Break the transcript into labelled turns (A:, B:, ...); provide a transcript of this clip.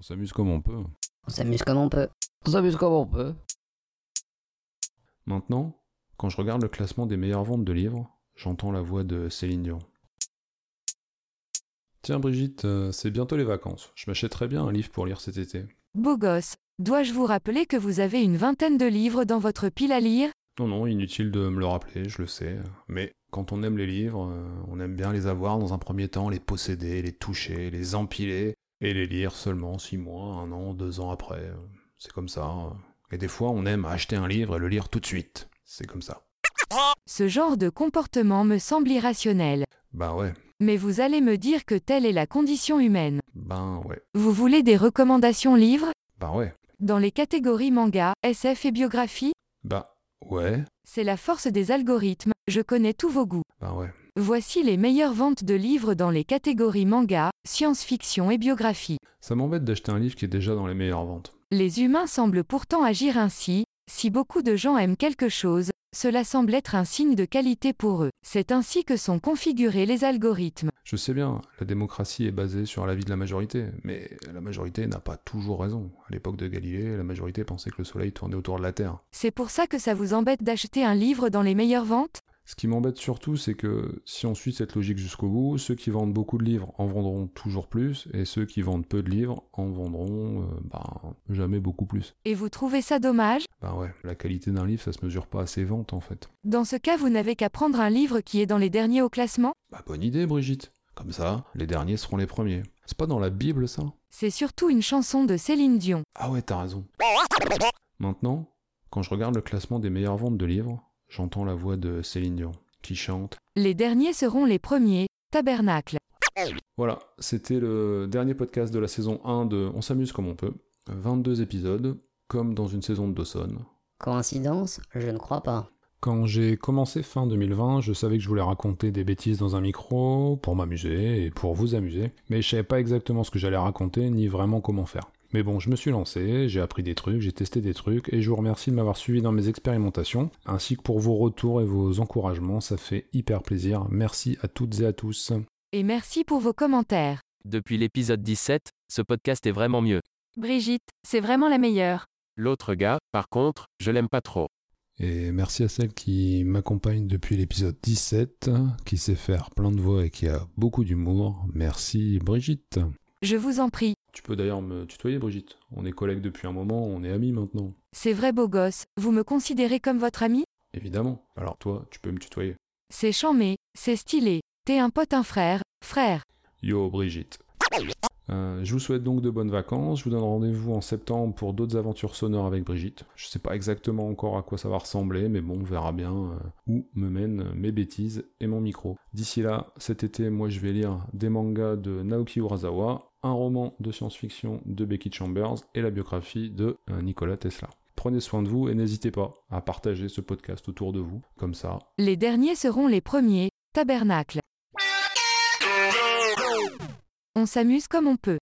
A: s'amuse comme on peut.
B: On s'amuse comme on peut. On s'amuse comme on peut.
A: Maintenant, quand je regarde le classement des meilleures ventes de livres, j'entends la voix de Céline Dion. Tiens Brigitte, euh, c'est bientôt les vacances. Je m'achèterais bien un livre pour lire cet été.
C: Beau gosse, dois-je vous rappeler que vous avez une vingtaine de livres dans votre pile à lire
A: Non, non, inutile de me le rappeler, je le sais. Mais quand on aime les livres, euh, on aime bien les avoir dans un premier temps, les posséder, les toucher, les empiler, et les lire seulement six mois, un an, deux ans après. C'est comme ça. Et des fois, on aime acheter un livre et le lire tout de suite. C'est comme ça.
C: Ce genre de comportement me semble irrationnel.
A: Bah ouais.
C: Mais vous allez me dire que telle est la condition humaine.
A: Ben ouais.
C: Vous voulez des recommandations livres
A: Bah ouais.
C: Dans les catégories manga, SF et biographie
A: Bah ouais.
C: C'est la force des algorithmes, je connais tous vos goûts.
A: Bah ouais.
C: Voici les meilleures ventes de livres dans les catégories manga, science-fiction et biographie.
A: Ça m'embête d'acheter un livre qui est déjà dans les meilleures ventes.
C: Les humains semblent pourtant agir ainsi. Si beaucoup de gens aiment quelque chose, cela semble être un signe de qualité pour eux. C'est ainsi que sont configurés les algorithmes.
A: Je sais bien, la démocratie est basée sur l'avis de la majorité, mais la majorité n'a pas toujours raison. À l'époque de Galilée, la majorité pensait que le Soleil tournait autour de la Terre.
C: C'est pour ça que ça vous embête d'acheter un livre dans les meilleures ventes
A: Ce qui m'embête surtout, c'est que si on suit cette logique jusqu'au bout, ceux qui vendent beaucoup de livres en vendront toujours plus, et ceux qui vendent peu de livres en vendront, euh, ben, jamais beaucoup plus.
C: Et vous trouvez ça dommage
A: Ben ouais, la qualité d'un livre, ça se mesure pas à ses ventes en fait.
C: Dans ce cas, vous n'avez qu'à prendre un livre qui est dans les derniers au classement
A: Bah bonne idée, Brigitte. Comme ça, les derniers seront les premiers. C'est pas dans la Bible ça
C: C'est surtout une chanson de Céline Dion.
A: Ah ouais, t'as raison. Maintenant, quand je regarde le classement des meilleures ventes de livres, j'entends la voix de Céline Dion, qui chante.
C: Les derniers seront les premiers, Tabernacle.
A: Voilà, c'était le dernier podcast de la saison 1 de On s'amuse comme on peut. 22 épisodes, comme dans une saison de Dawson.
B: Coïncidence Je ne crois pas.
D: Quand j'ai commencé fin 2020, je savais que je voulais raconter des bêtises dans un micro pour m'amuser et pour vous amuser, mais je savais pas exactement ce que j'allais raconter ni vraiment comment faire. Mais bon, je me suis lancé, j'ai appris des trucs, j'ai testé des trucs et je vous remercie de m'avoir suivi dans mes expérimentations, ainsi que pour vos retours et vos encouragements, ça fait hyper plaisir. Merci à toutes et à tous.
C: Et merci pour vos commentaires.
E: Depuis l'épisode 17, ce podcast est vraiment mieux.
C: Brigitte, c'est vraiment la meilleure.
E: L'autre gars, par contre, je l'aime pas trop.
D: Et merci à celle qui m'accompagne depuis l'épisode 17, qui sait faire plein de voix et qui a beaucoup d'humour. Merci Brigitte.
C: Je vous en prie.
A: Tu peux d'ailleurs me tutoyer, Brigitte. On est collègues depuis un moment, on est amis maintenant.
C: C'est vrai beau gosse, vous me considérez comme votre ami
A: Évidemment. Alors toi, tu peux me tutoyer.
C: C'est charmé, c'est stylé. T'es un pote, un frère, frère.
A: Yo, Brigitte. Euh, je vous souhaite donc de bonnes vacances. Je vous donne rendez-vous en septembre pour d'autres aventures sonores avec Brigitte. Je sais pas exactement encore à quoi ça va ressembler, mais bon, on verra bien euh, où me mènent euh, mes bêtises et mon micro. D'ici là, cet été, moi je vais lire des mangas de Naoki Urasawa, un roman de science-fiction de Becky Chambers et la biographie de euh, Nikola Tesla. Prenez soin de vous et n'hésitez pas à partager ce podcast autour de vous. Comme ça,
C: Les derniers seront les premiers, Tabernacle. On s'amuse comme on peut.